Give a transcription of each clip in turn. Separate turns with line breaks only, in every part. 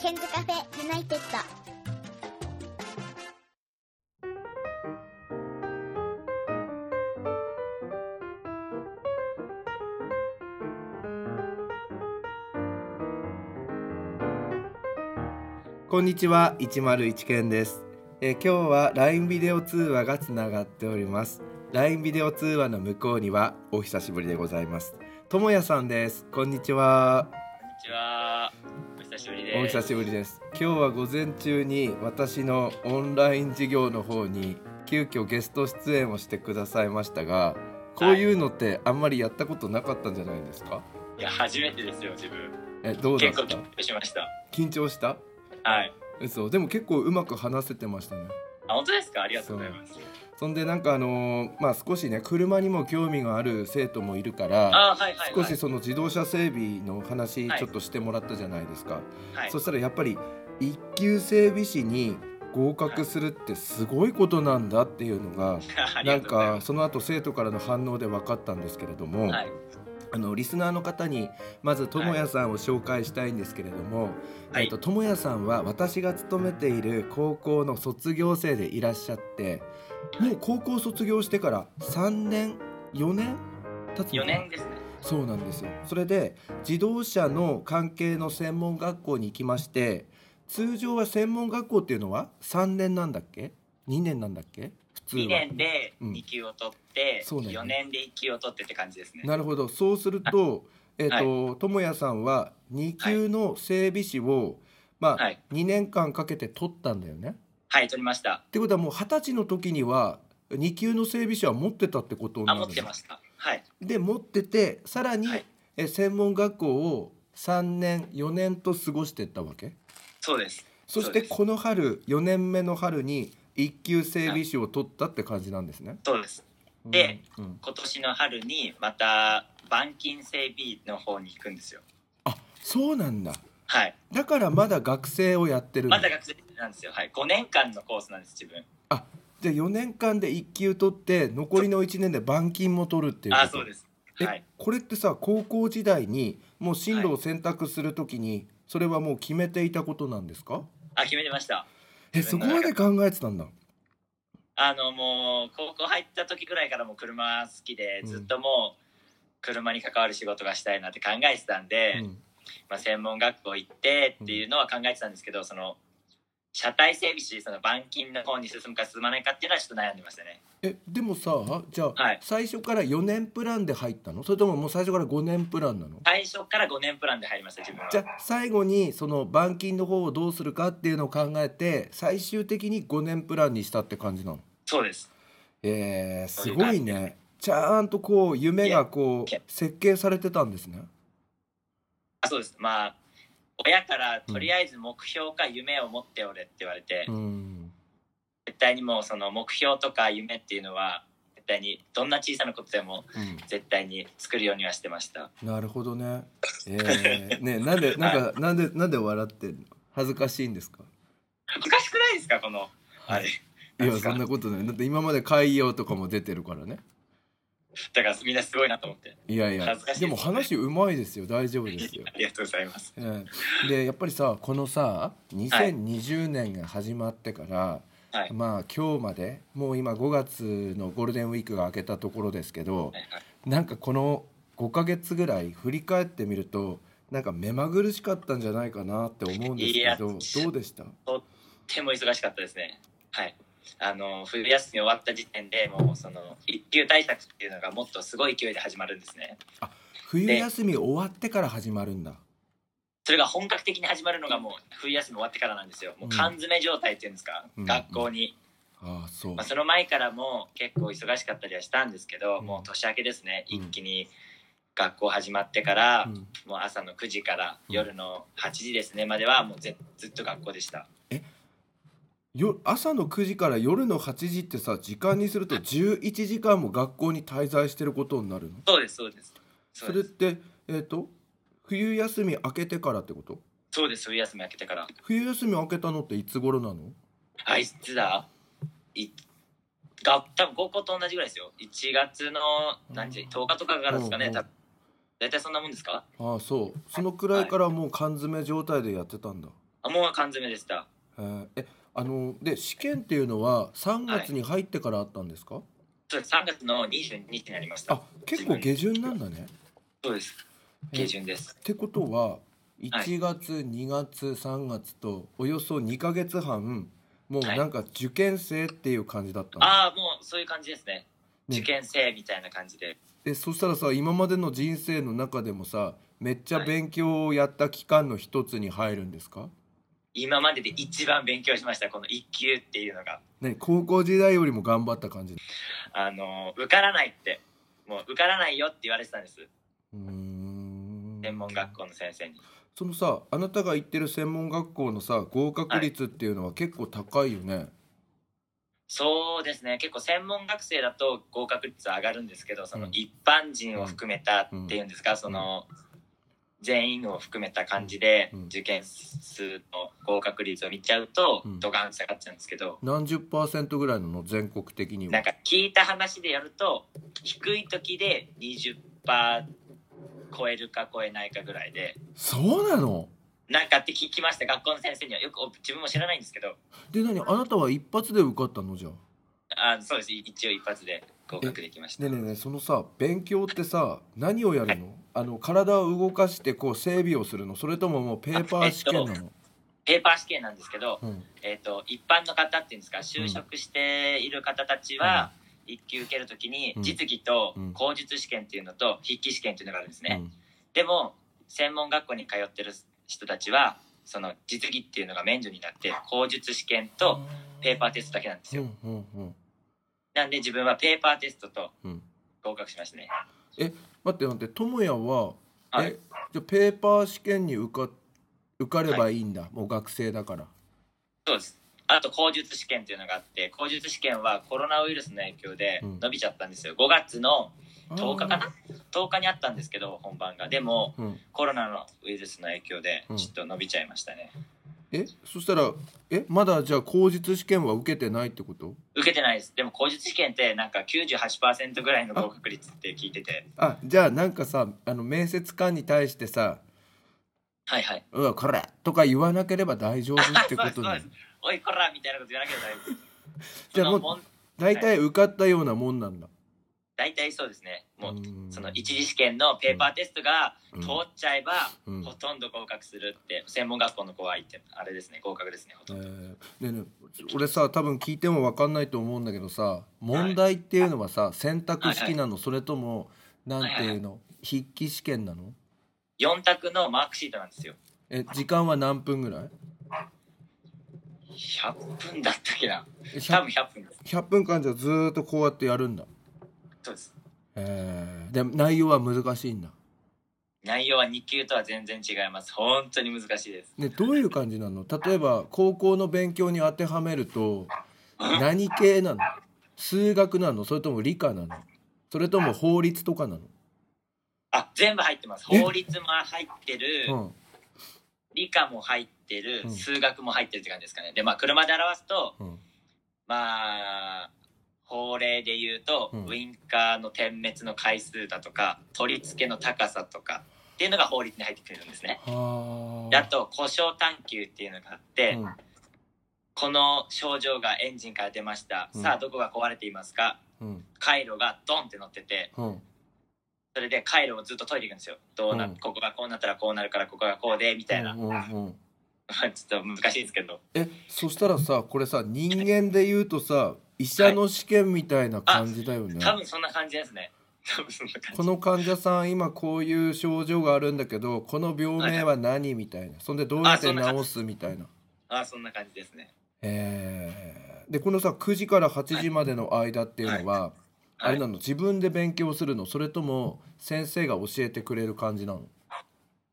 ケンズカフェユナイテッド。
こんにちは101ケンです、えー今日は LINE ビデオ通話がつながっております LINE ビデオ通話の向こうにはお久しぶりでございますともやさんですこんにちは
こんにちは。お久しぶりです。
お久しぶりです今日は午前中に私のオンライン授業の方に急遽ゲスト出演をしてくださいましたがこういうのってあんまりやったことなかったんじゃないですか
いや、初めてですよ、自分。
えどうだっ
結
た
構緊張しました。
緊張した
はい。
嘘でも結構うまく話せてましたね
あ、本当ですかありがとうございます。
そんでなんかあのーまあ少しね車にも興味がある生徒もいるから
あ、はいはい、はい。
少しその自動車整備の話
はい
ちょっとしてもらったじゃないですか、
はい
そ。したらやっぱり一級整備士に合格するってすごいことなんだっていうのが
あり
な
が
ん
とうございま
かその後生徒からの反応で分かったんですけれども、
す。はい。
あのリスナーの方にまずともやさんを紹介したいんですけれども、
はい
えっとともやさんは私が勤めている高校の卒業生でいらっしゃってもう高校卒業してから3年4年経つの
4
かな
年ですね。
そうなんですよそれで自動車の関係の専門学校に行きまして通常は専門学校っていうのは3年なんだっけ2年なんだっけ普通は
2年で
うん
2級を取って、
そうだよね
4年で1級を取ってって感じですね。
なるほどそうすると、えっ、とともやさんは2級の整備士を、まあ、
はい。
2年間かけて取ったんだよね。
はい、取りました。
ってことはもう二十歳の時には2級の整備士は持ってたってことにな
あ、
る
持
の
ってました。はい。
で持っててさらに、
はい
え専門学校を3年4年と過ごしてったわけ
そうです。
そし
そう
て
です
この春4年目の春に1級整備士を取ったって感じなんですね。
そうです。で
うん、うん
今年の春にまた、板金整備の方に行くんですよ。
あそうなんだ
はい。
だからまだ学生をやってるんだ
まだ学生なんですよ。はい。5年間のコースなんです、自分。
じゃあ4年間で1級取って残りの1年で板金も取るっていうこと
あ、そうです。は
え
い。
これってさ高校時代にもう進路を選択するときに、それはもう決めていたことなんですか
あ、決めてました。
えそこまで考えてたんだ
あのもう高校入った時ぐらいからもう車好きで
うん
ずっともう車に関わる仕事がしたいなって考えてたんで、
うん
まあ、専門学校行ってっていうのは考えてたんですけどその車体整備士その板金の方に進むか進まないかっていうのはちょっと悩んでましたね
えでもさじゃあ、
はい
最初から4年プランで入ったのそれとももう最初から5年プランなの
最初から5年プランで入りました自分は
じゃあ最後にその板金の方をどうするかっていうのを考えて最終的に5年プランにしたって感じなの
そうです
えー、す
そういう
ご
感
い
じです
ねちゃんとこう夢がこ
いやいうや
設計されてたんですね
あそうですまあ親からとりあえず目標か夢を持っておれって言われて、
うん
絶対にもうその目標とか夢っていうのは絶対にどんな小さなことでも
うん
絶対に作るようにはしてました
なるほどね。えー、ねなんでなんかなんでなんで笑ってんの恥ずかしいんですか。
恥ずかしくないですかこのあれ
いや
確か
そんなことない。だって今まで海洋とかも出てるからね。
だからみんなすごいなと思って
いやいや
恥ずかしい。
でも話うまいですよ大丈夫ですよ
ありがとうございます
うんでやっぱりさこのさ2020年が始まってから、
はい
まあ今日までもう今5月のゴールデンウィークが明けたところですけど
はいはい
なんかこの5ヶ月ぐらい振り返ってみるとなんか目まぐるしかったんじゃないかなって思うんです
い
け
や
どどうでした
とても忙しかったですねはいあの冬休み終わった時点でもうその一級対策っていうのがもっとすごい勢いで始まるんですね
冬休み終わってから始まるんだ
それが本格的に始まるのがもう冬休み終わってからなんですよもう缶詰状態っていうんですか、
うん
学校に、
ああそう
まあ、その前からも結構忙しかったりはしたんですけど、
うん
もう年明けですね
うん
一気に学校始まってから、
うん
もう朝の9時から
うん
夜の8時ですねまではもうぜずっと学校でした
よ朝の9時から夜の8時ってさ時間にすると11時間も学校に滞在してることになるの
そうですそうですそ
そう
で
れっ
す
てえっ、と冬休み明けてからってこと
そうです冬休み明けてから
冬休み明けたのっていつ頃なの
あいつだいが多分高校と同じぐらいですよ1月の何時
うん
10日とかからですか
う
ね
ん
多分大体そんなもんですか
ああそうそのくらいからもう缶詰状態でやってたんだ、
あもう缶詰でした。
えーえあので試験っていうのは3月に入ってからあったんですか、
そうです3月の22日になりました
あ。結構下旬なんだね。
そうです。下旬です
っ。てことは1月、2月3月とおよそ2ヶ月半もう
はい
なんか受験生っていう感じだったの、
ああ、もうそういう感じですね。
ね
受験生みたいな感じで。
えそしたらさ今までの人生の中でもさめっちゃ勉強をやった期間の一つに入るんですか、
今までで一番勉強しました、この1級っていうのが。
ね高校時代よりも頑張った感じ
あのー受からないって、もう受からないよって言われてたんです。
うーん
専門学校の先生に。
そのさあなたが行ってる専門学校のさ合格率っていうのは結構高いよね、
そうですね結構専門学生だと合格率は上がるんですけどその
うん
一般人を含めたっていうんですか、その全員を含めた感じで
うん
受験数の合格率を見ちゃうと
うん
ドカンと下がっちゃうんですけど、
何十パーセントぐらいなの全国的には
なんか聞いた話でやると低い時で20%超えるか超えないかぐらいで
そうなの
なんかって聞きました学校の先生にはよくお自分も知らないんですけど
で何あなたは一発で受かったのじゃあ
あそうです一応一発で合格できました
ねえ。ねえねえそのさ勉強ってさ何をやるのあの体を動かしてこう整備をするのそれとももうペーパー試験なの、
ペーパー試験なんですけど、
うん、
えー、と一般の方っていうんですか就職している方たちは、一級受けるときに
うん
実技と
うん
口述試験っていうのと筆記試験っていうのがあるんですね、
うん
でも専門学校に通ってる人たちはその実技っていうのが免除になって口述試験とペーパーテストだけなんですよ、
うんうんうん
なんで自分はペーパーテストと
うん
合格しましたね
待って待って智也は、
はい
えじゃあペーパー試験に受か受かればいいんだ、もう学生だから
そうですあと口述試験っていうのがあって口述試験はコロナウイルスの影響で
うん
伸びちゃったんですよ5月の10日か
あ
な10日にあったんですけど本番がでも、
ーうん、
コロナのウイルスの影響で
うん
ちょっと伸びちゃいましたね、
えそしたらえまだじゃあ口述試験は受けてないってこと
受けてないですでも口述試験ってなんか98%ぐらいの合格率って聞いてて
あじゃあなんかさあの面接官に対してさ
はいはいう
わこらとか言わなければ大丈夫ってこと
そうで
ね
すおいこらみたいなこと言わなきゃいけない
じゃあ
その
も
もん
大体受かったようなもんなんだ
大体そうですねもう
うん
その一次試験のペーパーテストが
うん
通っちゃえば、
うん
ほとんど合格するって専門学校の子は言ってあれですね合格ですねほ
え
とんど、
ーねえねえ俺さ多分聞いても分かんないと思うんだけどさ問題っていうのはさ選択式なのそれともなんていうの筆記試験なの
4択のマークシートなんですよ
え時間は何分ぐらい
100分だったっけな
え
多
100,
分100分です
100分間じゃずーっとこうやってやるんだ
そうです
えーで内容は難しいんだ
内容は2級とは全然違います本当に難しいです
ねどういう感じなの例えば高校の勉強に当てはめると何系なの数学なのそれとも理科なのそれとも法律とかなの
あ全部入ってます
え
法律も入ってる、
うん
理科も入ってる、
うん
数学も入ってるって感じですかねでまあ車で表すと
うん
まあ法令で言うと、
うん
ウインカーの点滅の回数だとか取り付けの高さとかっていうのが法律に入ってくるんですね
は
であと故障探求っていうのがあって、
うん
この症状がエンジンから出ました、
うん
さあどこが壊れていますか
うん
回路がドンって乗ってて
うん
それで回路をずっと解いていくんですよどうな、
うん
ここがこうなったらこうなるからここがこうでみたいな、
うん うんうん
ちょっと難しいんですけど
えそしたらさこれさ人間で言うとさ医者の試験みたいな感じだよね、
多分そんな感じですね多分そんな感じ
この患者さん今こういう症状があるんだけどこの病名は何みたいなそんでどうやって治すみたいな
あそんな感じですね
えーでこのさ9時から8時までの間っていうのは、あれなの自分で勉強するのそれとも先生が教えてくれる感じなの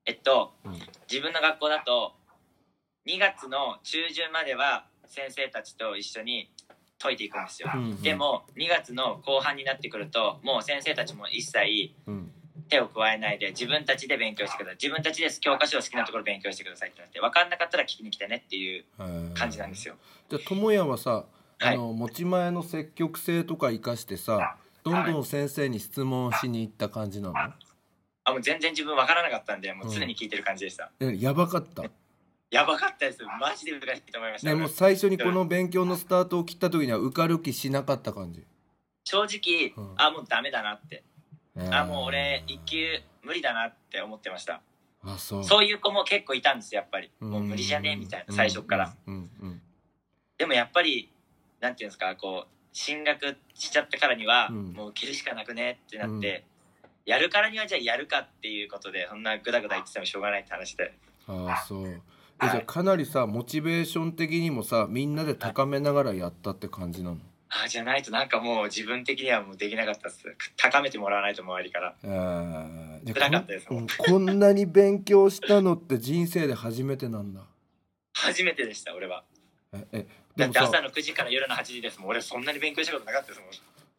えっと、
うん
自分の学校だと2月の中旬までは先生たちと一緒に解いていくんですよ、
うんうん
でも2月の後半になってくるともう先生たちも一切
うん
手を加えないで自分たちで勉強してください自分たちで教科書を好きなところ勉強してくださいってなって分かんなかったら聞きに来てねっていう
えー
感じなんですよ
じゃあ智也はさ
は
あ
い
の、持ち前の積極性とか生かしてさどんどん先生に質問しに行った感じなの、
あもう全然自分わからなかったんでもう常に聞いてる感じでした、
えやばかった
やばかったです。マジで難しいと思いました。
ね、もう最初にこの勉強のスタートを切った時には受かる気しなかった感じ。
正直、
うん
あ、もうダメだなって。あ、もう俺、
えー
一級無理だなって思ってました。
あ、そう。
そういう子も結構いたんですよ、やっぱり。
うん
もう無理じゃねえみたいな、最初から。。
うんうん
でもやっぱり、なんていうんですか、こう、進学しちゃったからには、
うん
もう受けるしかなくねってなって、やるからにはじゃあやるかっていうことで、そんなグダグダ言っててもしょうがないって話で。
うん。あ、そう。えじゃあかなりさモチベーション的にもさみんなで高めながらやったって感じなの、
ああ、じゃないとなんかもう自分的にはもうできなかったです。高めてもらわないと周りから。
えーじゃあ
辛かったです
こんうんこんなに勉強したのって人生で初めてなんだ
初めてでした、俺は。
ええで
だっ
も
て
さ
朝の9時から夜の8時ですもん。俺そんなに勉強したことなかったですもん。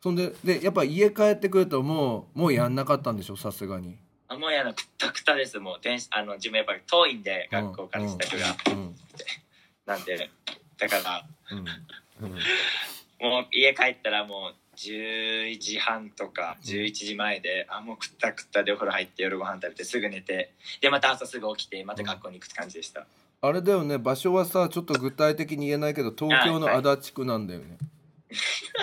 そんででやっぱ家帰ってくるともうもうやんなかったんでしょさすがに、
あもうやのくったくたですもう電子あの自分やっぱり遠いんで学校から自宅が、
うん
なんでだから
うんうんうん
もう家帰ったらもう10時半とか11時前であもうくったくったでお風呂入って夜ご飯食べてすぐ寝てでまた朝すぐ起きてまた学校に行くって感じでした、
あれだよね場所はさちょっと具体的に言えないけど東京の
はい
足立区なんだよね、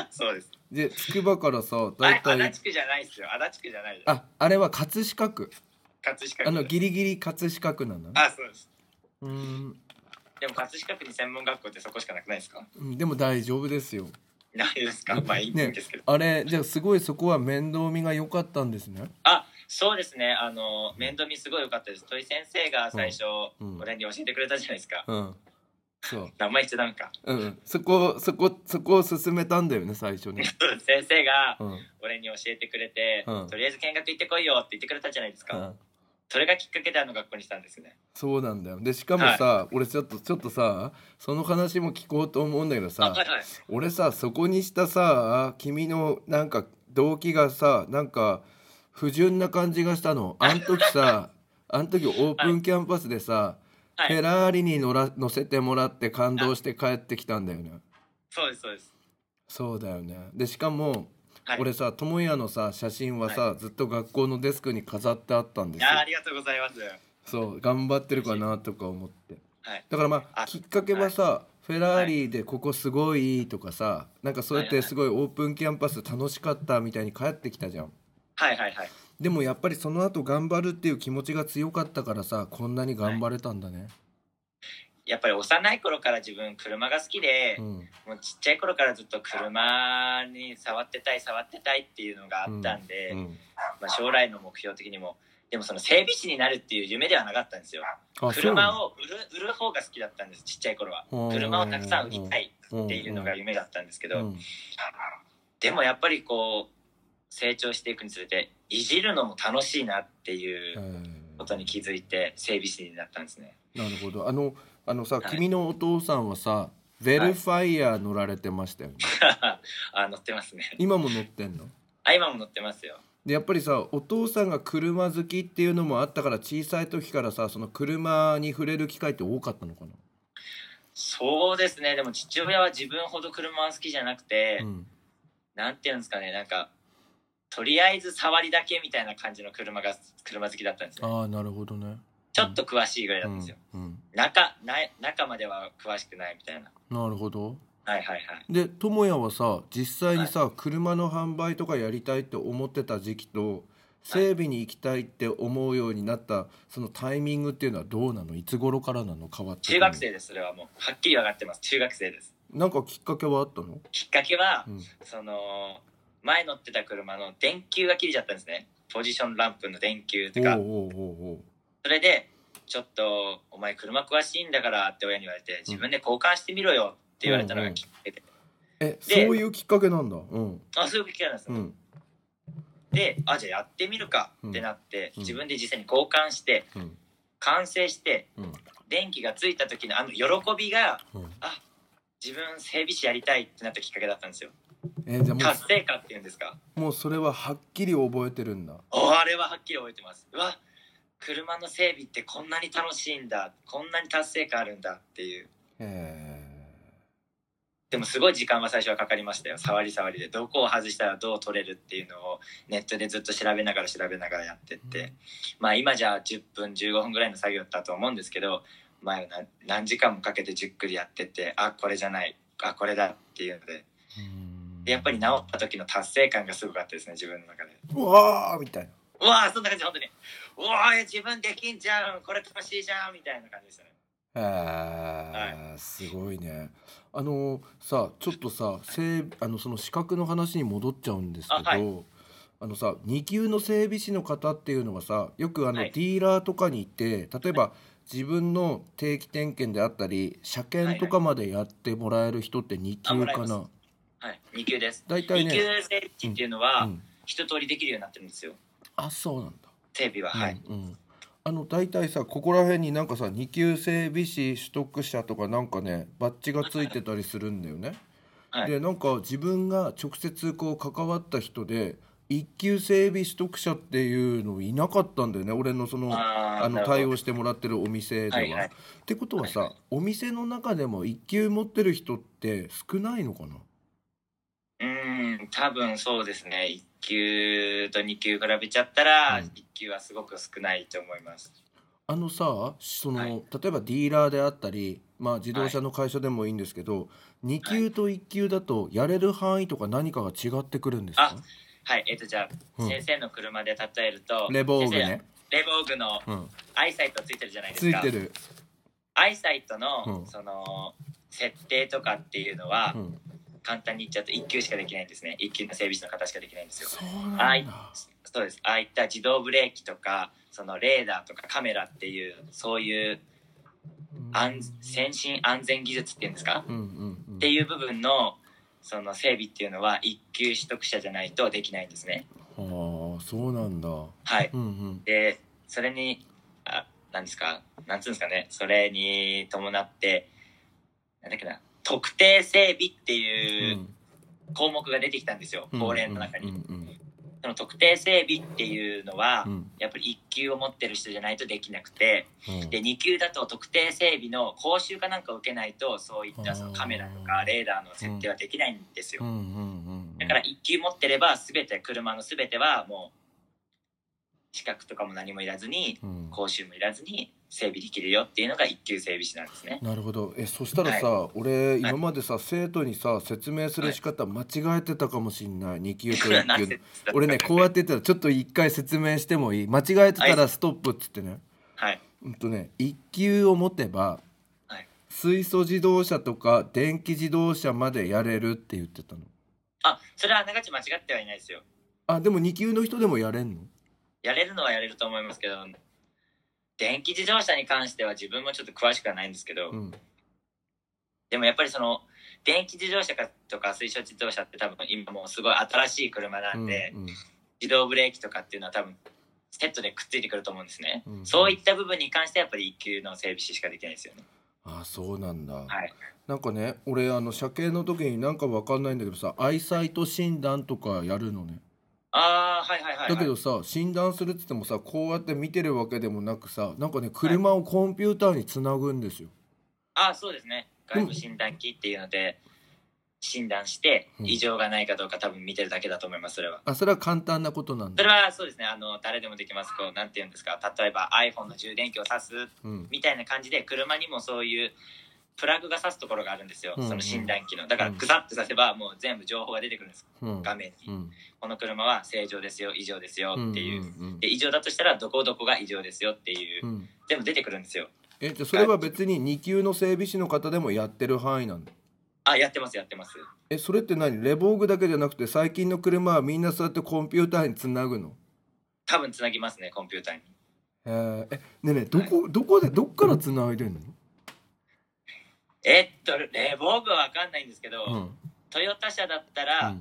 そうです
でつくばからさ
あ
大
足
体
立区じゃないですよ足立区じゃないです
ああれは葛飾区
葛飾
あ
区
のギリギリ葛飾区なんだね
あそうです
うーん
でも葛飾区に専門学校ってそこしかなくないですか
うんでも大丈夫ですよ
ないですかまあいいん
ね
ですけど、
あれじゃあすごいそこは面倒見が良かったんですね
あそうですねあの面倒見すごい良かったです鳥先生が最初、
うん
俺に教えてくれたじゃないですか、
うんそう
名前言っちゃダメか
うんそこそこそこを進めたんだよね最 初に
先生が
うん、うん
俺に教えてくれて、
うん
とりあえず見学行ってこいよって言ってくれたじゃないですか、それがきっかけであの学校にしたんですね
そうなんだよでしかもさ、俺ちょっとちょっとさその話も聞こうと思うんだけど
あ
さ
はいはい
俺さそこにしたさ君のなんか動機がさなんか不純な感じがしたのあん時 さあん時オープンキャンパスでさ、
はい
フェラーリに乗ら乗せてもらって感動して帰ってきたんだよね
そうですそうです
そうだよねでしかも、
はい
俺さ智也のさ写真はさ、ずっと学校のデスクに飾ってあったんですよ
あありがとうございます
そう頑張ってるかなとか思って
はい
だからまあ
あ
きっかけはさ、フェラーリでここすごいいいとかさなんかそうやっ
はい
て
はい
すごいオープンキャンパス楽しかったみたいに帰ってきたじゃん
はいはいはい
でもやっぱりその後頑張るっていう気持ちが強かったからさこんなに頑張れたんだね、
やっぱり幼い頃から自分車が好きで、
うん
もうちっちゃい頃からずっと車に触ってたい触ってたいっていうのがあったんで、
うん、
まあ、将来の目標的にもでもその整備士になるっていう夢ではなかったんですよ
あ
車を売る売る方が好きだったんですちっちゃい頃は
うん
車をたくさん売りたいっていうのが夢だったんですけ
そうな
ど
の
でもやっぱりこう成長していくにつれていじるのも楽しいなっていう
うん
う
うん
ことに気づいて整備士になったんですね
なるほどあのあのさ、
はい
君のお父さんはさベルファイア乗られてましたよね、
あ乗ってますね
今も乗ってんの
あ今も乗ってますよ
でやっぱりさお父さんが車好きっていうのもあったから小さい時からさその車に触れる機会って多かったのかな、
そうですねでも父親は自分ほど車は好きじゃなくて、
うん、
なんていうんですかねなんかとりあえず触りだけみたいな感じの車が車好きだったんですね
ああなるほどね
ちょっと詳しいぐらいだ
う
ったん
ん
ですよ、、
うん、
中ない中までは詳しくないみたいな
なるほど
はいはいはい
で智也はさ実際にさ、車の販売とかやりたいって思ってた時期と整備に行きたいって思うようになったそのタイミングっていうのはどうなのいつ頃からなの変わってく
中
る
学生ですそれはもうはっきり分かってます中学生です
なんかきっかけはあったの、
きっかけは、
うん
その前乗ってた車の電球が切れちゃったんですねポジションランプの電球とか
おうおうおうおう
それでちょっとお前車詳しいんだからって親に言われて自分で交換してみろよって言われたのがきっかけで、
えそういうきっかけなんだうん
あそういう聞きなんです
う
ね、
ん
であじゃあやってみるかってなって、
うん
自分で実際に交換して
うん
完成して
うん
電気がついた時のあの喜びが
うん
自分整備士やりたいってなったきっかけだったんですよ
えーじゃあもう
達成感っていうんですか
もうそれははっきり覚えてるんだ
おあれははっきり覚えてますうわ車の整備ってこんなに楽しいんだこんなに達成感あるんだっていう
へ
でもすごい時間は最初はかかりましたよ触り触りでどこを外したらどう取れるっていうのをネットでずっと調べながら調べながらやってって、まあ今じゃ10分15分ぐらいの作業だと思うんですけど前を何何時間もかけてじっくりやっててあこれじゃないあこれだっていうのででやっぱり治った時の達成感がすごかったですね自分の中で
うわーみたいな
うわあそんな感じ本当にうわあ自分できんじゃんこれ楽しいじゃんみたいな感じでしたね
あーすごいね。あのさちょっとさ整あのその資格の話に戻っちゃうんですけど、
あは
あ,、
い
のさ二級の整備士の方っていうのがさよくあの
は
デ
い
ィーラーとかにいて、例えば自分の定期点検であったり車検とかまでやってもらえる人って二級
あもらえ
か
ます
な。
はい2級です
大体
2級
ね。
整備士っていうの
う
は
ん、
一通りできるようになってるんですよ
あそうなんだ。
整備ははい、
うんうんあの大体さここら辺になんかさ二級整備士取得者とかなんかねバッジがついてたりするんだよね。
はい
でなんか自分が直接こう関わった人で一級整備取得者っていうのいなかったんだよね俺のそのあ
あーな
の
るほど
対応してもらってるお店では。
はいはい
ってことはさ、
はいは
お店の中でも一級持ってる人って少ないのかな
うーん多分そうですね1級と2級比べちゃったら、
うん
1級はすごく少ないと思います
あのさその、
はい
例えばディーラーであったり、まあ、自動車の会社でもいいんですけど、二級と一級だとやれる範囲とか何かが違ってくるんですか、
はいえっ、とじゃあ、
うん
先生の車で例えると
レボーグ
先
ね、
生レボーグの
うん、
アイサイトついてるじゃないで
つ
す
い
か
てる、
アイサイト
う
の、
ん
その設定とかっていうのは、
うん、
簡単に言っちゃうと1級しかできないんですね1級の整備士の方しかできないんですよ
そうなんだ、
ああいそうですああいった自動ブレーキとかそのレーダーとかカメラっていうそういう安先進安全技術っていうんですか
うんうんうん、
っていう部分のその整備っていうのは一級取得者じゃないとできないんですね。
ああそうなんだ。う
はい、
んうん。
でそれにあなんですかなんつうんですかねそれに伴ってなんだっけな特定整備って
う
いうん項目が出てきたんですよ法令の中に。
うんうん
その特定整備っていうのは、
うんうん
やっぱり一級を持ってる人じゃないとできなくて
うん
で2級だと特定整備の講習かなんかを受けないとそういったそのカメラとかレーダーの設定はできないんですよ
うんう。んうん。
だから1級持ってれば全て車の全てはもう資格とかも何もいらずに
うん
講習もいらずに整備できるよっていうのが1級整備士なんですね。
なるほどえそしたらさ、俺今までさ生徒にさ説明する仕方間違えてたかもしんない、二級と
な
一級
んて
の俺ねこうやって言ったらちょっと一回説明してもいい間違えてたらストップっつってね、
はい
うんとね一級を持てば、
はい
水素自動車とか電気自動車までやれるって言ってたの
あそれはあながち間違ってはいないですよ。
あでも二級の人でもやれんの
やれるのはやれると思いますけど電気自動車に関しては自分もちょっと詳しくはないんですけど、
うん
でもやっぱりその電気自動車かとか水素自動車って多分今もうすごい新しい車なんで、
うんうん
自動ブレーキとかっていうのは多分セットでくっついてくると思うんですね、
うん
そういった部分に関してはやっぱり一級の整備士しかできないですよね
あそうなんだ、
はい
なんかね俺あの車検の時になんかわかんないんだけどさアイサイト診断とかやるのね
ああはいはいはい、はい、
だけどさ診断するっつってもさこうやって見てるわけでもなくさなんかね車をコンピューターにつなぐんですよ、
ああそうですね
うん
外部診断機っていうので診断して
うん
異常がないかどうか多分見てるだけだと思いますそれは
あそれは簡単なことなん
そ
だ
れはそうですねあの誰でもできますこうなんて言うんですか例えば iPhone の充電器を挿す
うん
みたいな感じで車にもそういうプラグが挿すところがあるんですよ、
うんうん
その診断機のだからグサッとさせばもう全部情報が出てくるんです
うん
画面に、
うん
この車は正常ですよ異常ですよっていう、
うん
で異常だとしたらどこどこが異常ですよっていう、
うんうん
全部出てくるんですよ
えじゃあそれは別に2級の整備士の方でもやってる範囲なんだ
あやってますやってます
えそれって何レボーグだけじゃなくて最近の車はみんなそうやってコンピューターにつなぐの
多分つなぎますねコンピューターに
へーえねえねえどこどこでどっからつないでんの、
えっとレボーグは分かんないんですけど、
うん
トヨタ車だったら、運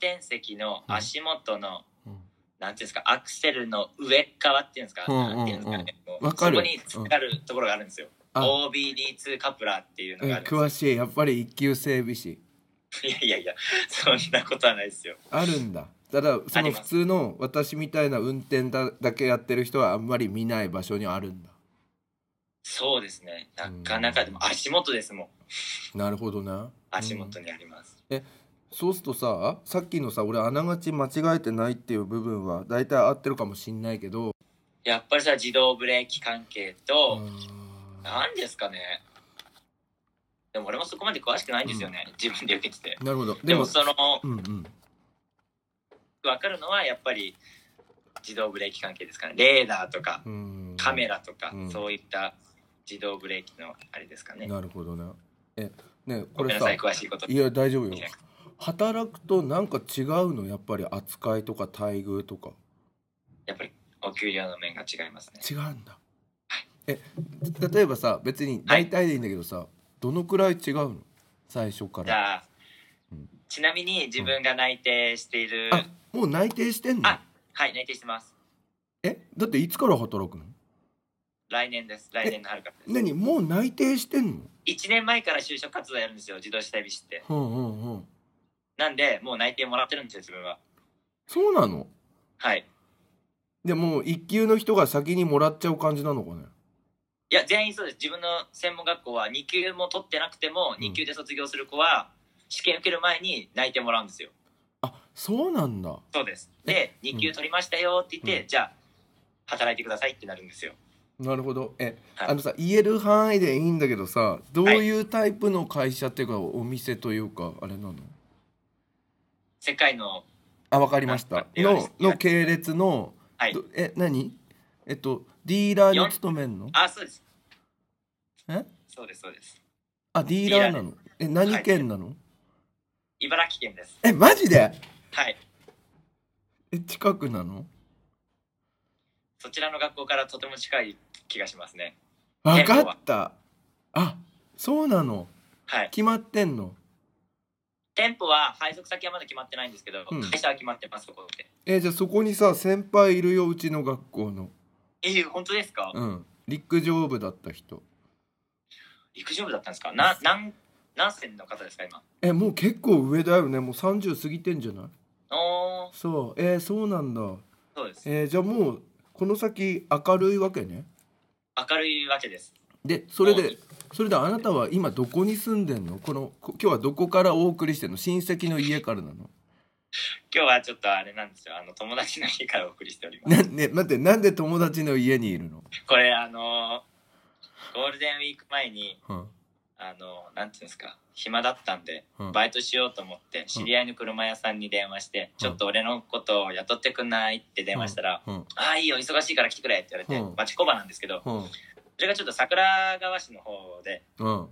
転席の足元の、
うんうん
なんていうんですかアクセルの上側っていうんですか、
うんうんうん
なんていうんですかねもう
わかる
そこにつながるところがあるんですよ、
あ
OBD2 カプラーっていうの
うん
があるんですよ
詳しいやっぱり一級整備士
いやいやいやそんなことはないですよ
あるんだただその普通の私みたいな運転だだけやってる人はあんまり見ない場所にあるんだ
そうですねなかなかでも足元ですもん
なるほどな
足
うん
元にあります、
そうするとささっきのさ俺あながち間違えてないっていう部分は大体合ってるかもしんないけど
やっぱりさ自動ブレーキ関係
う
と、
ーん
なんですかねでも俺もそこまで詳しくないんですよね、自分で受けてて
なるほど
でもその
うんうん
分かるのはやっぱり自動ブレーキ関係ですかねレーダーとか
うん
カメラとか、
うん
そういった自動ブレーキのあれですかね
なるほどねえねこ
ごめ
れ
んなさ
さ
い詳しいこと
いや大丈夫よ働くとなんか違うのやっぱり扱いとか待遇とか
やっぱりお給料の面が違いますね
違うんだえ例えばさ別に大体でいいんだけどさ、どのくらい違うの最初か
じ
ら
ゃあ
うん
ちなみに自分が内定している、
あもう内定してんの
あはい内定してます
えだっていつから働くの
来年です来年の春からです
何もう内定してんの
1年前から就職活動やるんですよ自動車整備士って
うんうんうん
なんでもう内定もらってるんですよ自分は
そうなの
はい
でもう一級の人が先にもらっちゃう感じなのかね
いや全員そうです自分の専門学校は2級も取ってなくても
うん
2級で卒業する子は試験受ける前に内定もらうんですよ
あそうなんだ
そうですで2級取りましたよって言って、
う
じゃあ働いてくださいってなるんですよ
なるほどえ、
はい
あのさ言える範囲でいいんだけどさどういうタイプの会社っていうかお店というかあれなの
世界の
あわかりました
あいや
のの系列の、
はい
どえ何えっとディーラーに勤めんの
あそうです
え
そうですそうです
あディーラーなのえ何
はい
県なの、
茨城県です
えマジで
はい
え近くなの
そちらの学校からとても近い気がしますね
わかったあそうなの
はい
決まってんの
店舗は配属先はまだ決まってないんですけど、
うん
会社は決まってますそこで
えじゃあそこにさ先輩いるようちの学校の
えー、本当ですか、
うん陸上部だった人
陸上部だったんですかな何何線の方ですか今
えもう結構上だよねもう30過ぎてんじゃない
おー
そうえー、そうなんだ
そうです
えー、じゃあもうこの先明るいわけね
明るいわけです
でそれ
も
で
う
それであなたは今どこに住んでんのこのこ今日はどこからお送りしてんの親戚の家からなの
今日はちょっとあれなんですよあの友達の家からお送りしております
な、ね、待ってなんで友達の家にいるの、
これあのーゴールデンウィーク前に
うん
あのーなんていうんですか暇だったんで
うん
バイトしようと思って知り合いの車屋さんに電話して、
うん
ちょっと俺のことを雇ってくんないって電話したら、
うん
ああいいよ忙しいから来てくれって言われて、
うん
町工場なんですけど
うん
それがちょっと桜川市の方で
うん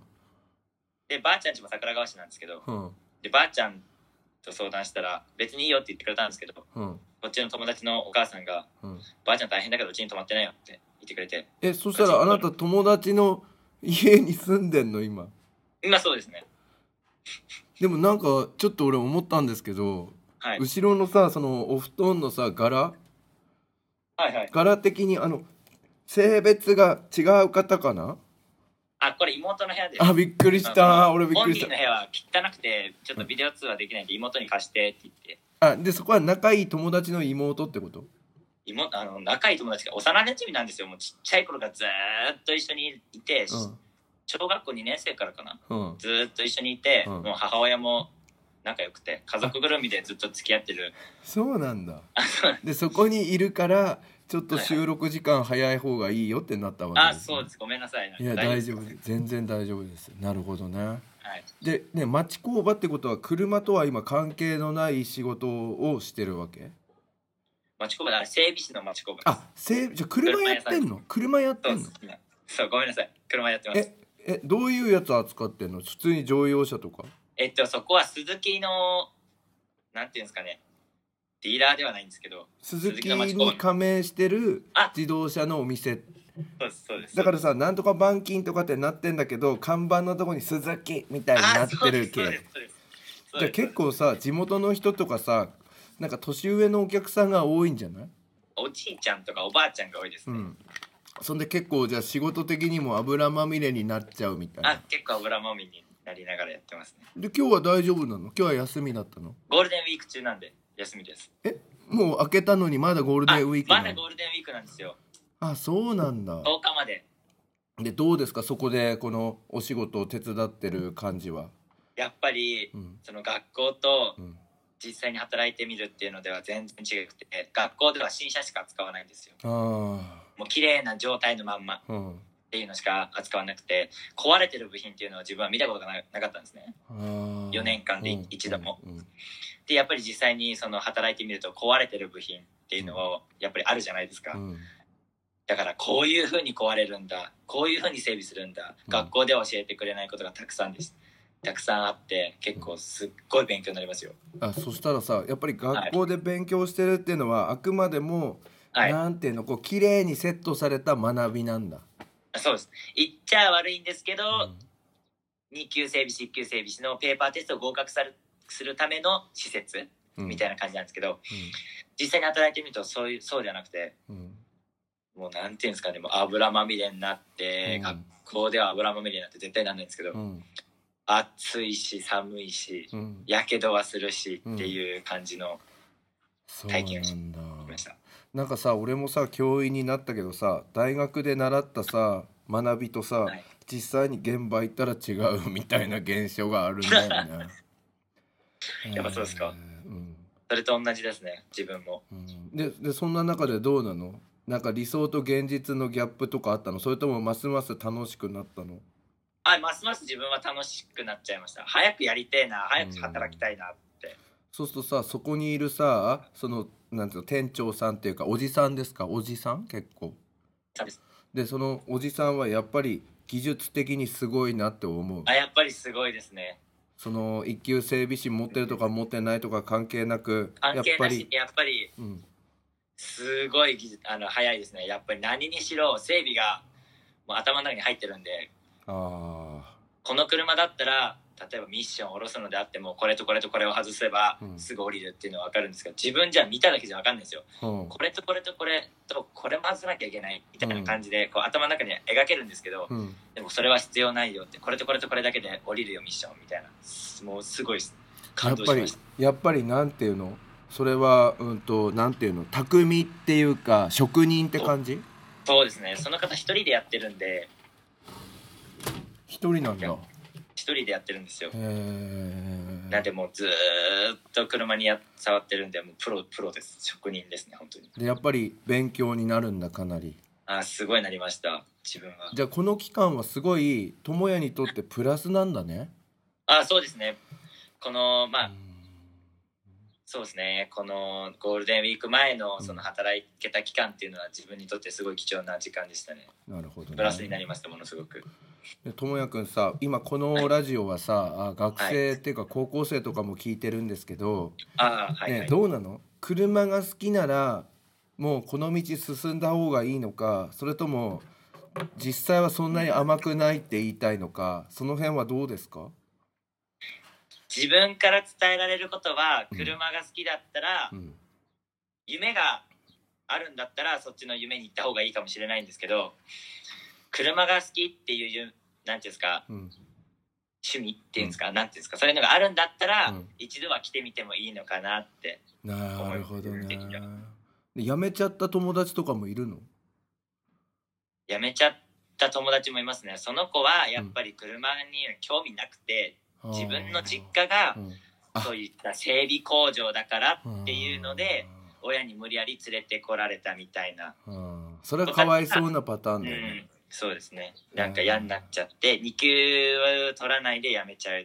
でばあちゃんちも桜川市なんですけど
うん
でばあちゃんと相談したら別にいいよって言ってくれたんですけどこ
うん
っちの友達のお母さんが
うん
「ばあちゃん大変だけどうちに泊まってないよ」って言ってくれて
えそしたらあなた友達の家に住んでんの今
今そうですね
でもなんかちょっと俺思ったんですけど、
はい
後ろのさそのお布団のさ柄
はいはい
柄的にあの性別が違う方かな
あこれ妹の部屋です
あびっくりした俺びっくりし
本人の部屋は汚くてちょっとビデオ通話できないんで妹に貸してって言って
たあでそこは仲いい友達の妹ってこと
妹あの仲いい友達が幼馴染なんですよもうちっちゃい頃からずーっと一緒にいて、小学校2年生からかな
うんうん
ずーっと一緒にいて、
うん
もう母親も仲良くて家族ぐるみでずっと付き合ってる
そうなんだ でそこにいるからちょっと
はいはい
収録時間早い方がいいよってなったわけ
あ
ですね、
そうですごめんなさいなんか
いや大丈
夫
夫です全然大丈夫ですなるほどね
はい
でね町工場ってことは車とは今関係のない仕事をしてるわけ
町工場だ整備士の町工場
あせいじゃあ車やってんの車やっ
そ
て
うんで
の
すそうごめんなさい車やってます
ええどういうやつ扱ってんの普通に乗用車とか
えっとそこは鈴木のなんていうんですかねディーラーではないんですけど
鈴木
鈴木の町工場
に加盟してる
あ
自動車のお店
そうですそうです
だからさなんとか板金とかってなってんだけど看板のとこに「鈴木」みたいになってる
あそうで
系
すそうですそう
じゃ
で
あ
す
結構さ地元の人とかさなんか年上のお客さんが多いんじゃない
おじいちゃんとかおばあちゃんが多いです
う
ね、
んそんで結構じゃあ仕事的にも油まみれになっちゃうみたい
あ
な
結構油もみになりながらやってますね
で今日は大丈夫なの今日は休みだったの
ゴールデンウィーク中なんで休みです
もう明けたのにまだゴールデ
あ
ンウィーク
ま
な
だ
の
ゴールデンウィークなんですよ
あそうなんだ
10日まで
でどうですかそこでこのお仕事を手伝ってる感じは
やっぱり
うん
その学校と
うん
実際に働いてみるっていうのでは全然違くて学校では新車しか使わないんですよ
あ
もう綺麗な状態のまんま
あうん
っていうのしか扱わなくて壊れてる部品っていうのは自分は見たことがななかったんですね
4
4年間で一度も
うんうん
でやっぱり実際にその働いてみると壊れてる部品っていうのをやっぱりあるじゃないですか、
うん
だからこういうふうに壊れるんだこういうふうに整備するんだ
うん
学校では教えてくれないことがたくさんですたくさんあって結構すっごい勉強になりますよ
あそしたらさやっぱり学校で勉強してるっていうのは、あくまでも、
はい
なんていうのこう綺麗にセットされた学びなんだ。
そうです言っちゃ悪いんですけど、
うん
2級整備士1級整備士のペーパーテストを合格さるするための施設
うん
みたいな感じなんですけど、実際に働いてみるとそういうそうじゃなくて
うんうん
もうなんていうんですかねもう油まみれになって、
うん
学校では油まみれになって絶対なんないんですけど、
うん
暑いし寒いし
うん
やけどはするしっていう感じの
そう
体験を
なんだ
来ました、
なんかさ俺もさ教員になったけどさ大学で習ったさ学びとさ、
はい
実際に現場行ったら違うみたいな現象があるんだよね。
やっぱそうですか
えーうん
それと同じですね自分も
うんででそんな中でどうなのなんか理想と現実のギャップとかあったのそれともますます楽しくなったの
あますます自分は楽しくなっちゃいました早くやりてえな早く働きたいなって、
そうするとさそこにいるさそのなんていうの店長さんっていうかおじさんですかおじさん結構
そうです
でそのおじさんはやっぱり技術的にすごいなって思う
あやっぱりすごいですね
その一級整備士持ってるとか持ってないとか関係なくや
関
っ
係
ぱ
なしに
り、
やっぱり
うん、
すごい技術あの早いですねやっぱり何にしろ整備がもう頭の中に入ってるんで
あ
この車だったら例えばミッションを下ろすのであってもこれとこれとこれを外せば
うん
すぐ降りるっていうのは分かるんですけど自分じゃ見ただけじゃ分かんないんですよ
あ、うん
これとこれとこれとこれも外さなきゃいけないみたいな感じでこう頭の中に描けるんですけど
うん、
でもそれは必要ないよってこれとこれとこれだけで降りるよミッションみたいなもうすごいです
や
感
っ
動
ぱ
しま
り
した
やっぱりなんていうのそれはうんとなんていうの匠っていうか職人って感じ
そうですねその方一人でやってるんで
一人なんだ
い
へ
や一人でやってるんですよ
え
なんでもうずーっと車にや触ってるんでもうプロプロです職人ですね本当に
でやっぱり勉強になるんだかなり
あーすごいなりました自分は
じゃあこの期間はすごい智也にとってプラスなんだね
あーそうですねこのま
う
あ
ん
そうですねこのゴールデンウィーク前の
うん
その働けた期間っていうのは自分にとってすごい貴重な時間でしたね
なるほど、ね、
プラスになりましたものすごく
で智也くんさ今このラジオはさ、あ学生、っていうか高校生とかも聞いてるんですけど、
ああはいはい、
ね、どうなの車が好きならもうこの道進んだ方がいいのかそれとも実際はそんなに甘くないって言いたいのかその辺はどうですか
自分から伝えられることは
うん
車が好きだったら
うん
夢があるんだったらそっちの夢に行った方がいいかもしれないんですけど車が好きっていうゆなんていうんですか
うん
趣味っていうんですか、なんていうんですかそういうのがあるんだったら、
うん
一度は来てみてもいいのかなって
なるほど
思い
ね
ますね
で辞めちゃった友達とかもいるの
辞めちゃった友達もいますねその子はやっぱり車に興味なくて、自分の実家が
うんあ
そういった整備工場だからっていうので、
うん
親に無理やり連れてこられたみたいな、
うんそれはかわいそうなパター
う
ンだよね
ん、そうですねなんか嫌になっちゃって2級を取らないで辞めちゃっ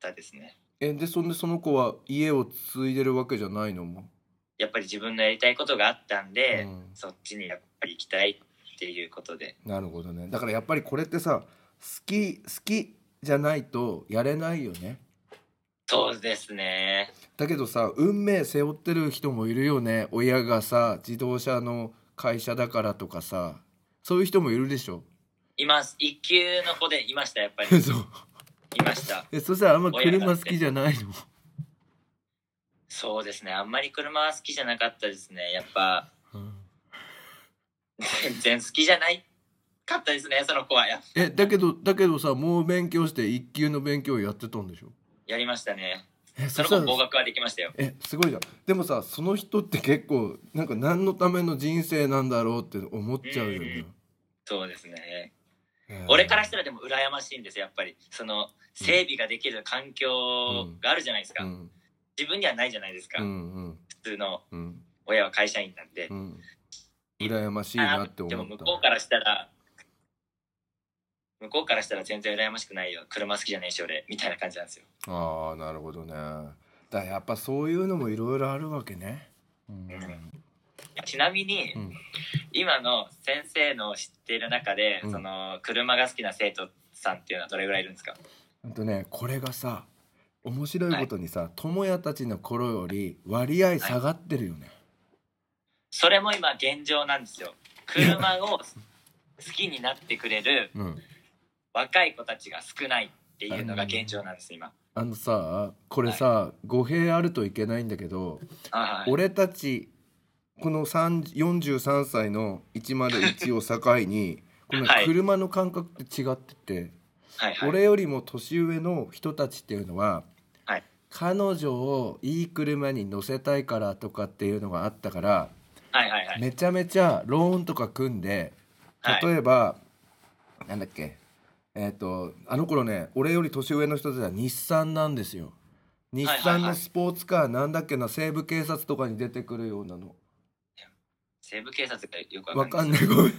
たですね
えでそんでその子は家を継いでるわけじゃないのも
やっぱり自分のやりたいことがあったんで、
うん
そっちにやっぱり行きたいっていうことで
なるほどねだからやっぱりこれってさ好き好きじゃないとやれないよね
そうですね
だけどさ運命背負ってる人もいるよね親がさ自動車の会社だからとかさそういう人もいるでしょ
います1級の子でいましたやっぱり
そう
いました
えそしたらあんま車好きじゃないの
そうですねあんまり車は好きじゃなかったですねやっぱ
うん
全然好きじゃないかったですねその子はや
えだけどだけどさもう勉強して一級の勉強やってたんでしょ
やりましたね
え
その
した
子
ら
合格はできましたよ
えすごいじゃんでもさその人って結構なんか何のための人生なんだろうって思っちゃうよね、
そうですね
えー
俺からしたらでも羨ましいんですよやっぱりその整備ができる環境があるじゃないですか、
うん
自分にはないじゃないですか、
うんうん
普通の
うん
親は会社員なんで、
うん、羨ましいなって
で
思
も
っ
向
た
こうからしたら向こうからしたら全然羨ましくないよ車好きじゃねえし俺みたいな感じなんですよ
ああなるほどねだからやっぱそういうのもいろいろあるわけねうん
ちなみに、
うん
今の先生の知っている中で、
うん
その車が好きな生徒さんっていうのはどれぐらいいるんですか
ほんとねこれがさ面白いことにさ友也たちの頃より割合下がってるよね、
それも今現状なんですよ車を好きになってくれる
うん
若い子たちが少ないっていうのが現状なんです今
あのさこれさ、語弊あるといけないんだけど、
あー
俺たちこの3 43歳の101を 境にこの
はい
車の感覚って違ってて、
はいはい
俺よりも年上の人たちっていうのは、
はい
彼女をいい車に乗せたいからとかっていうのがあったから、
はいはいはい
めちゃめちゃローンとか組んで
はい
例えば、なんだっけえっ、とあの頃ね俺より年上の人たちは日産なんですよ日
はいはい
産のスポーツカーなんだっけな西部警察とかに出てくるようなの
西部警察がよく
わ
わ
か
か
ん
ん
な
ない
いご めん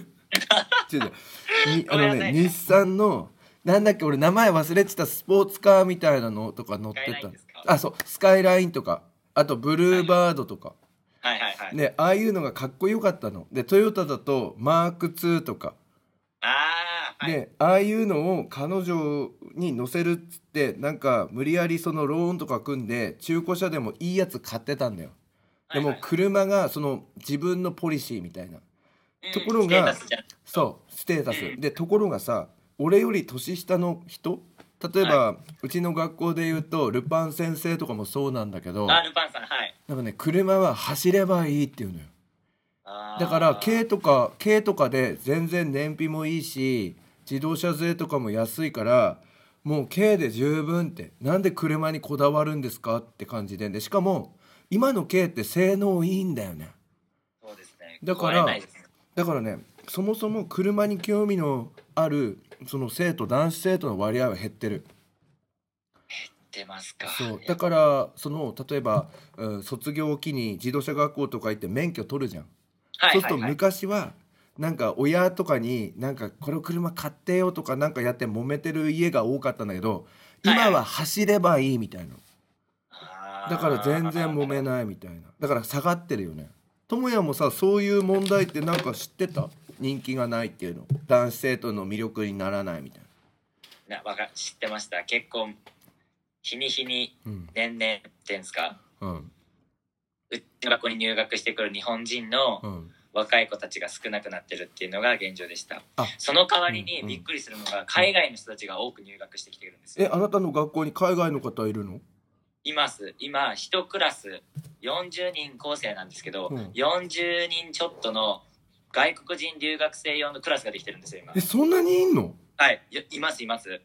ちょっとにあの
ごめんなさ
ね日
い
産のなんだっけ俺名前忘れてたスポーツカーみたいなのとか乗って
スカイライ
た
ンですか
あそうスカイラインとかあとブルーバードとか、
はいはいはい、
ねああいうのがかっこよかったのでトヨタだとマーク2とか
ああはい
でああいうのを彼女に乗せるっつってなんか無理やりそのローンとか組んで中古車でもいいやつ買ってたんだよで
は
も
いはい
車がその自分のポリシーみたいな
うん
ところが
ステータスじゃん
そうステータス、
うん
でところがさ俺より年下の人例えば、うちの学校で言うとルパン先生とかもそうなんだけど
あ
なん
ルパンさんはい
かね車は走ればいいっていうのよ
あー
だから軽とか軽とかで全然燃費もいいし自動車税とかも安いからもう軽で十分ってなんで車にこだわるんですかって感じででしかも今の軽って性能いいんだよね
そうですね
だから
壊れないですね
だからねそもそも車に興味のあるその生徒男子生徒の割合は減ってる
出ますか
そうだからその例えば、うん卒業を機に自動車学校とか行って免許取るじゃん
はい
そうすると
はいはい
昔はなんか親とかになんかこの車買ってよとかなんかやって揉めてる家が多かったんだけど
はい
今は走ればいいみたいな
あー
だから全然揉めないみたいなだから下がってるよね智也もさそういう問題ってなんか知ってた人気がないっていうの男子生徒の魅力にならないみたい
なわか知ってました結構日に日に
なうん
年々っていうんですか
うん
うちの学校に入学してくる日本人の
うん
若い子たちが少なくなってるっていうのが現状でした
あ
その代わり
うん
に
うん
びっくりするのが海外の人たちが多く入学してきてるんです
え
よ
あなたの学校に海外の方いるの
います今一クラス40人構成なんですけど、
うん
40人ちょっとの外国人留学生用のクラスができてるんですよ今
えそんなにいんの
はいいいますいます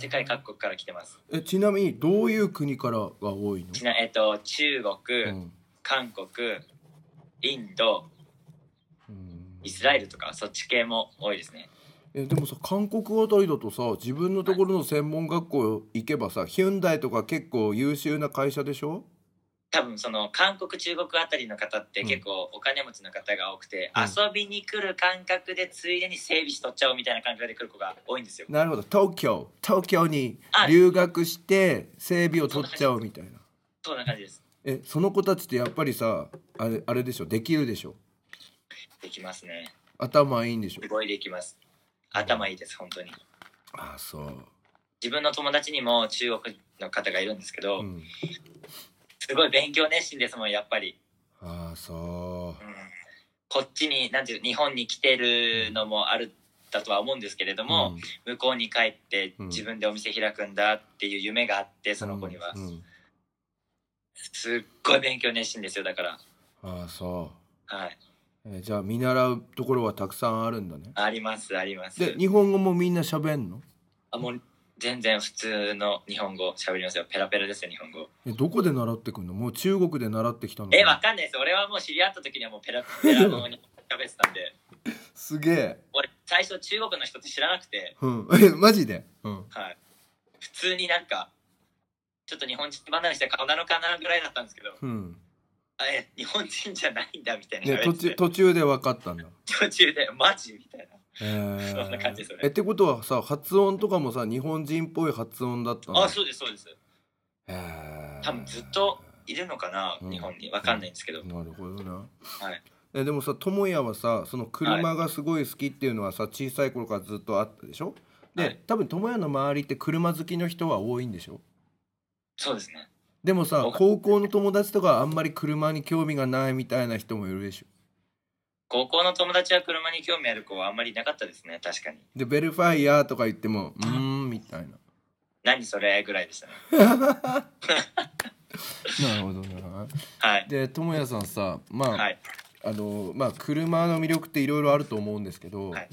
世界各国から来てます
えちなみにどういう国からが多いの
ちなえっと中国、
うん
韓国インド
うん
イスラエルとかそっち系も多いですね
えでもさ韓国あたりだとさ自分のところの専門学校行けばさ、ヒュンダイとか結構優秀な会社でしょ
多分その韓国中国あたりの方って結構お金持ちの方が多くて、
うん
遊びに来る感覚でついでに整備しとっちゃおうみたいな感覚で来る子が多いんですよ
なるほど東京東京に
あ
留学して整備を取っちゃおうみたいな
そんな感じです
えその子たちってやっぱりさあれあれでしょできるでしょ
できますね
頭いいんでしょ
すごいできます頭いいです本当に
あそう、
自分の友達にも中国の方がいるんですけど、
うん、
すごい勉強熱心ですもんやっぱり
あそ
うんこっちになんていう日本に来てるのもあるだとは思うんですけれど
う
も、
ん
向こうに帰って
うん
自分でお店開くんだっていう夢があってその子には、
うんうん
すっごい勉強熱心ですよだから
あそ
はい、
うえじゃあ見習うところはたくさんあるんだね
ありますあります
で日本語もみんな喋んの
あもう全然普通の日本語喋りますよペラペラですよ日本語
えどこで習ってくんのもう中国で習ってきたのかな
えわかんないです俺はもう知り合った時にはもうペラペラの日本語喋ってたんで
すげえ。
俺最初中国の人って知らなくて
うん。え、マジで。うん。
はい普通になんかちょっと日本人離れした顔なのかなぐらいだったんですけど
うん。
あえ日本人じゃないんだみたいな
ね、
喋
途
って
中、途中で分かったんだ。
途中でマジみたいな
えー
そんな感じですよね
えってことはさ発音とかもさ日本人っぽい発音だったの
あそうですそうです
へー
多分ずっといるのかな、
うん
日本にわかんないんですけど、
なるほどな、
はい
えでもさ智也はさその車がすごい好きっていうのはさ小さい頃からずっとあったでしょで、
はい
多分智也の周りって車好きの人は多いんでしょ
そうですね
でもさ
多かった
高校の友達とかはあんまり車に興味がないみたいな人もいるでしょ
高校の友達は車に興味ある子はあんまりいなかったですね確かに
で「ベルファイア」とか言っても「うーん」み たいな
何それぐらいでしたね
なるほどな
はい
で智也さんさまあ、
はい
あのまあ車の魅力っていろいろあると思うんですけど、
はい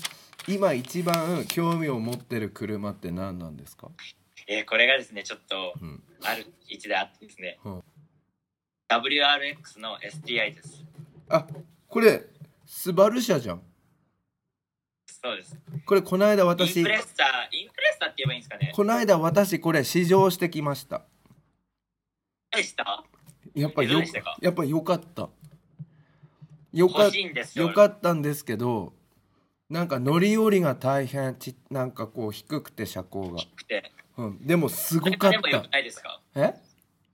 今一番興味を持ってる車って何なんですか、
えーこれがですねちょっと
うん、
ある位置であってですね、
うん
WRX の STI です
あこれスバル車じゃん
そうです
これこないだ
イ
私
ンプレッサーインプレッサーって言えばいいんですかね
こないだ私これ試乗してきました
どうでした
やっぱ
どう
よ
でしたか
やっぱ良かったよか
欲しいんですよ
よかったんですけどなんか乗り降りが大変ちなんかこう低くて車高が、
くて
うん、でもすごか
あ
っ
れもよく
た
ないですか
え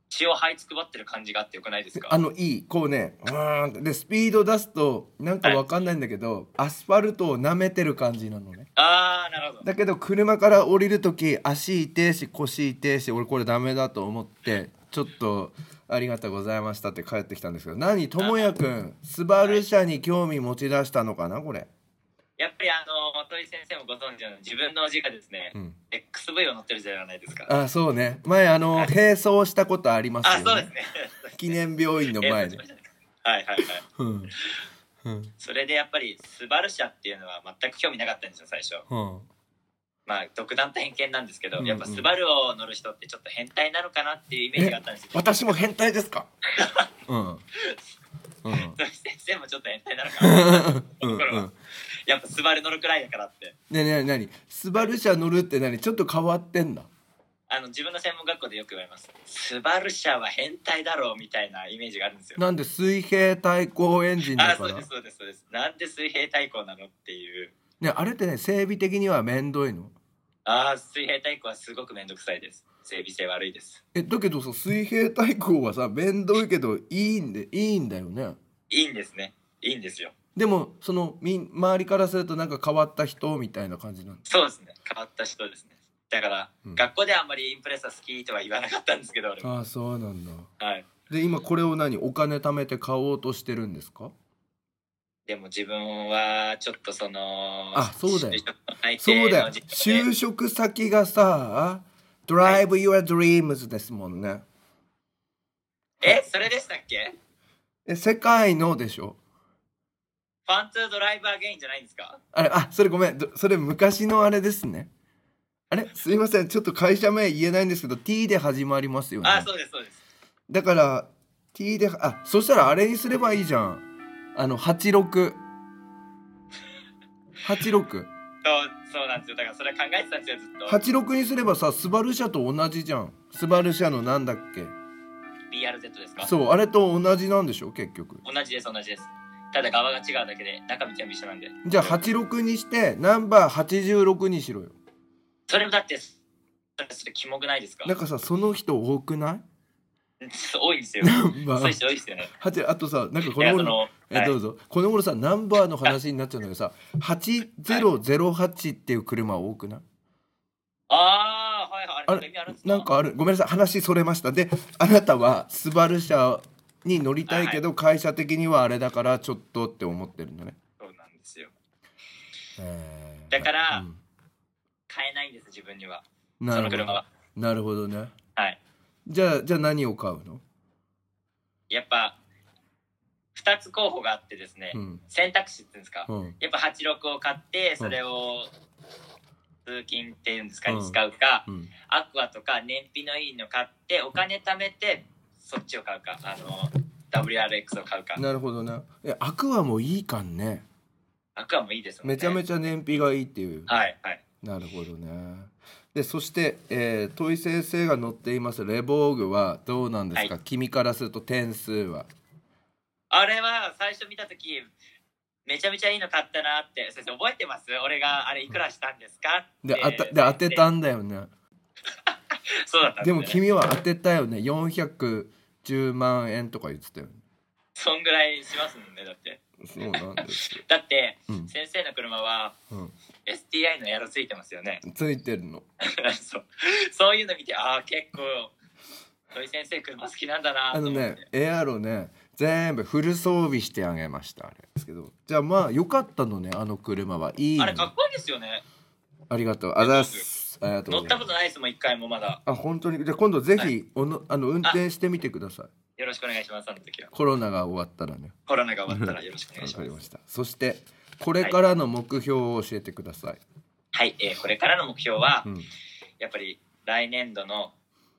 血を這いつくばってる感じがあってよくないですか
あのいいこうねうーんってでスピード出すとなんかわかんないんだけど、アスファルトを舐めてる感じなのね
あーなるほど
だけど車から降りる時足痛いし腰痛いし俺これダメだと思ってちょっとありがとうございましたって帰ってきたんですけど何ともやくんスバル車に興味持ち出したのかなこれ、
やっぱりあの戸井先生もご存知のように自分の字がですね、
うん
XV を乗ってるじゃないですか
あそうね前あの並走したことありますよ
あ
ね
そうですね
記念病院の前
え
で
ー、はいはいはい
うんうん
それでやっぱりスバル社っていうのは全く興味なかったんですよ最初
うん
まあ独断と偏見なんですけど、
うんうん
やっぱスバルを乗る人ってちょっと変態なのかなっていうイメージがあったんですよ
私も変態です かうんうん
戸井先生もちょっと変態なのかな
うんうん
やっぱスバル乗るくらいだからって
ねえねえ何スバル車乗るって何ちょっと変わってんだ
あの自分の専門学校でよく言われますスバル社は変態だろうみたいなイメージがあるんですよ
なんで水平対向エンジン
あ
だ
そ
か
う
ら
ですそうですそうですなんで水平対向なのっていう
ねあれってね整備的にはめんどいの
ああ水平対向はすごく面倒くさいです整備性悪いです
えだけどさ水平対向はさめんどいけどいいんでいいんだよね
いいんですねいいんですよ
でもそのみん周りからするとなんか変わった人みたいな感じなんだ
そうですね変わった人ですねだから、
うん
学校ではあんまりインプレッサー好きとは言わなかったんですけど俺も
ああそうなんだ
はい
で今これを何お金貯めて買おうとしてるんですか
でも自分はちょっとその
あそうだよそ
そうう
だ
だ
よ
よ
就職先がさ Drive Your Dreams ですもんね
えそれでしたっけ
え世界のでしょ
ファンツードライバーゲインじゃないんですか
あれあそれごめんどそれ昔のあれですねあれすいませんちょっと会社名言えないんですけど T で始まりますよね
あそうですそうです
だから T であそしたらあれにすればいいじゃんあの8686
そうそうなんですよだからそれは考えてたんですよずっと
86にすればさスバル車と同じじゃんスバル車のなんだっけ
BRZ ですか
そうあれと同じなんでしょ結局
同じです同じですただ側が違うだけで中身全部一緒なんで
じゃあ86にしてナンバー86にしろよ
それもだってそれちょっとキモくないですか
なんかさその人多くない
多いんで すよ
ナンバ
そういう
ー
人多いですよね
8あとさなんかこ
いや
の頃
そのは
え
い
どうぞ、この頃さナンバーの話になっちゃうんだけどさ8008っていう車多くない
ああはいはいあ
あ
れなんか意
れ
味あるんですか
なんかあるごめんなさい話それましたであなたはスバル車に乗りたいけど、会社的にはあれだからちょっとって思ってるのね
そうなんですよだから買えないんです自分には
うん
そ
な
の
る
車
ほど
は
なるほどね
はい
じゃあじゃあ何を買うの、
やっぱ2つ候補があってですね、
うん
選択肢っていうんですか、
うん
やっぱ86を買ってそれを通勤っていうんですか
うん
に使うか、
うん、
アクアとか燃費のいいの買ってお金貯めてそっちを買うかあの WRX を買うか
なるほどねえアクアもいいかんね
アクアもいいですもんね
めちゃめちゃ燃費がいいっていう
はいはい
なるほどね。でそして、えー、問い先生が乗っていますレボーグはどうなんですか、
は
君からすると点数は
あれは最初見た時めちゃめちゃいいの買ったなって先生覚えてます俺があれいくらしたんですかって
であたで当てたんだよね
そうだったん
です
ね
も君は当てたよね410万円とか言ってたよね
そんぐらいしますもんねだって
そうなんです よ、
だって
うん
先生の車は
うん
STI のやらついてますよね
ついてるの
そうそういうの見てああ結構土井先生車好きなんだな
あ
と思
の
って
ねエアロね全部フル装備してあげましたあれですけどじゃあまあ良かったのねあの車はいい
あ
の
れかっこいいですよね
ありがとうあざっすありがとう
乗
ご
っ
ざ
た
いま
こ
す
とないですもん一回もまだ
あ本当にじゃあ今度ぜひ、
はい
おのあの運転してみてください
よろしくお願いしますあの時は
コロナが終わったらね
コロナが終わったらよろしくお願
わ
いし
か
ま
り
す
ましたそしてこれからの目標を教えてください、
はい、えーこれからの目標は、
うん、
やっぱり来年度の、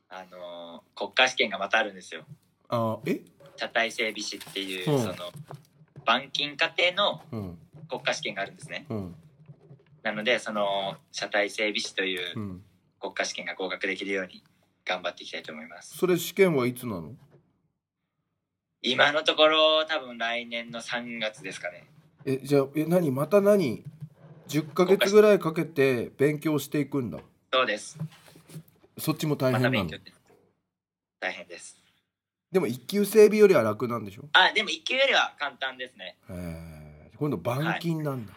あのー国家試験がまたあるんですよ
あえ
車体整備士っていう、
うん
その板金課程の
うん
国家試験があるんですね
うん
なのでその車体整備士という
うん
国家試験が合格できるように頑張っていきたいと思います
それ試験はいつなの
今のところ多分来年の3月ですかね
えじゃあえ何また何10ヶ月ぐらいかけて勉強していくんだ
そうです
そっちも大
また
変な
勉
の
強です大変です
でも一級整備よりは楽なんでしょ
あでも1級よりは簡単ですね
へえ今度板金なんだ、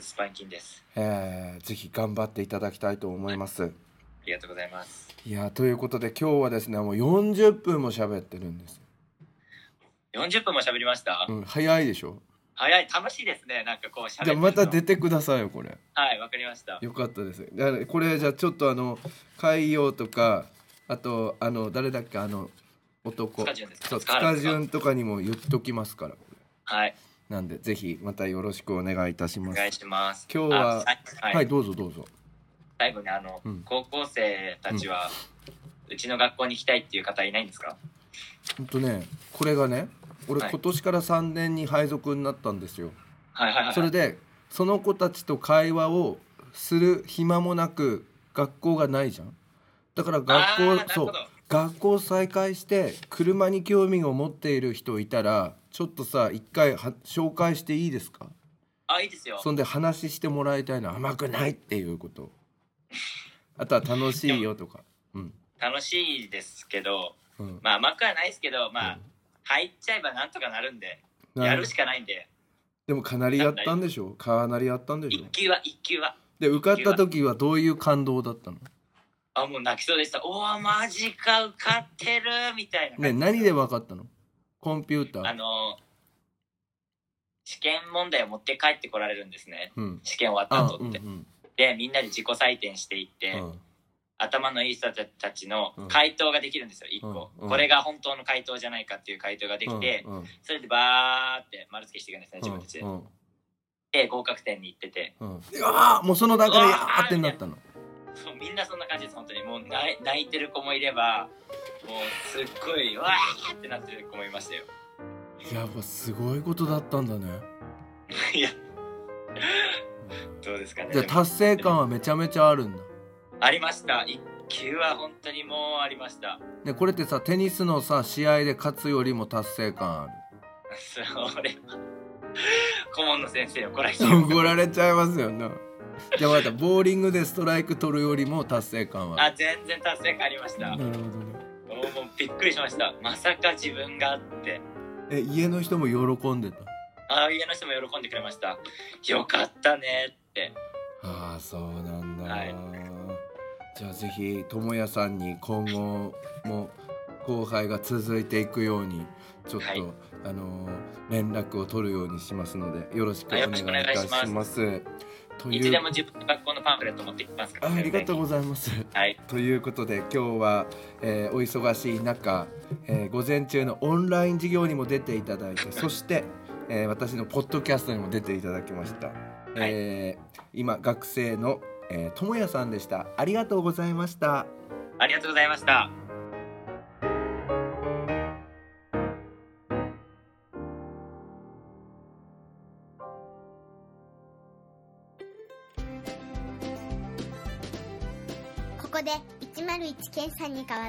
スパン金です
へえぜひ頑張っていただきたいと思います
ありがとうございます
いやということで今日はですねもう40分も喋ってるんです、
40分も喋りました、
うん、早いでしょ
早い楽しいですねなんかこう喋って
じゃ
る
あ
の
また出てくださいよこれ
はいわかりました
よかったですだからこれじゃあちょっとあの海洋とかあとあの誰だっけあの男
塚潤ですか
そう
塚原
塚
ですか
潤とかにも言っときますから
はい
なんでぜひまたよろしくお願いいたし
お
ます
願いします
今日は
あさはい、
はいどうぞどうぞ
最後にあの、
うん
高校生たちは、うちの学校に行きたいっていう方いないんですか
ほんとねこれがね俺
はい
今年から3年に配属になったんですよ、
はいはいはい
それでその子たちと会話をする暇もなく学校がないじゃんだから
あーな
学
る
校そ
ほ
う
ど
学校再開して車に興味を持っている人いたらちょっとさ一回は紹介していいですか
あいいですよ
そんで話してもらいたいのは甘くないっていうことあとは楽しいよとかうん
楽しいですけど
うん
まあ甘くはないですけどまあ、
うん
入っちゃえばなんとかなるんで
な
やるしかないんで
でもかなりやったんでしょかなりやったんでしょ
一級は一級は
で受かった時はどういう感動だったの
あもう泣きそうでしたおおマジか受かってるみたいな感
ね
じ
何で分かったのコンピュータ
あ
ー
の試験問題を持って帰ってこられるんですね
うん
試験終わった
あ
後って、
うんうん
でみんなで自己採点していって、
うん
頭のいい人たちの
うん
回答ができるんですよ1個、
うんうん
これが本当の回答じゃないかっていう回答ができて、
うんうん
それでバーって丸付けしていくんですね自分たちで、
うんうん
で合格点に行ってて
うんああもうその段階でやーってなったの
そうみんなそんな感じです本当にもう泣い泣いてる子もいればもうすっごいうわーってなってる子もいましたよ
やばすごいことだったんだね
いやどうですかね
じゃあ
でも
達成感はめちゃめちゃあるんだ
ありました1級は本当にもうありました
ねこれってさテニスのさ試合で勝つよりも達成感ある
それは顧問の先生に怒られて
怒られちゃいますよ なじゃあまたボーリングでストライク取るよりも達成感はあ
あ
る
全然達成感ありました
な
も
るほどね
うもうびっくりしましたまさか自分がって
え家の人も喜んでた
あ家の人も喜んでくれましたよかったねって
ああそうなんだ、
はい
じゃあぜひ智也さんに今後も後輩が続いていくようにちょっと、
はい
あのー連絡を取るようにしますのでよろしくお
あ
願い
よろ
い
しくお願い
た
します
します。と
い
い
つで
う
も自分の学校のパンフレット持ってきますか
あ
ら
ありがとう
ござい
ございます。
ます、はい、
ということで今日は、えーお忙しい中、えー午前中のオンライン授業にも出ていただいてそして、えー私のポッドキャストにも出ていただきました、えー今学生の、えー、智也さんでしたありがとうございました
ありがとうございました
ここで101ケンさんに代わ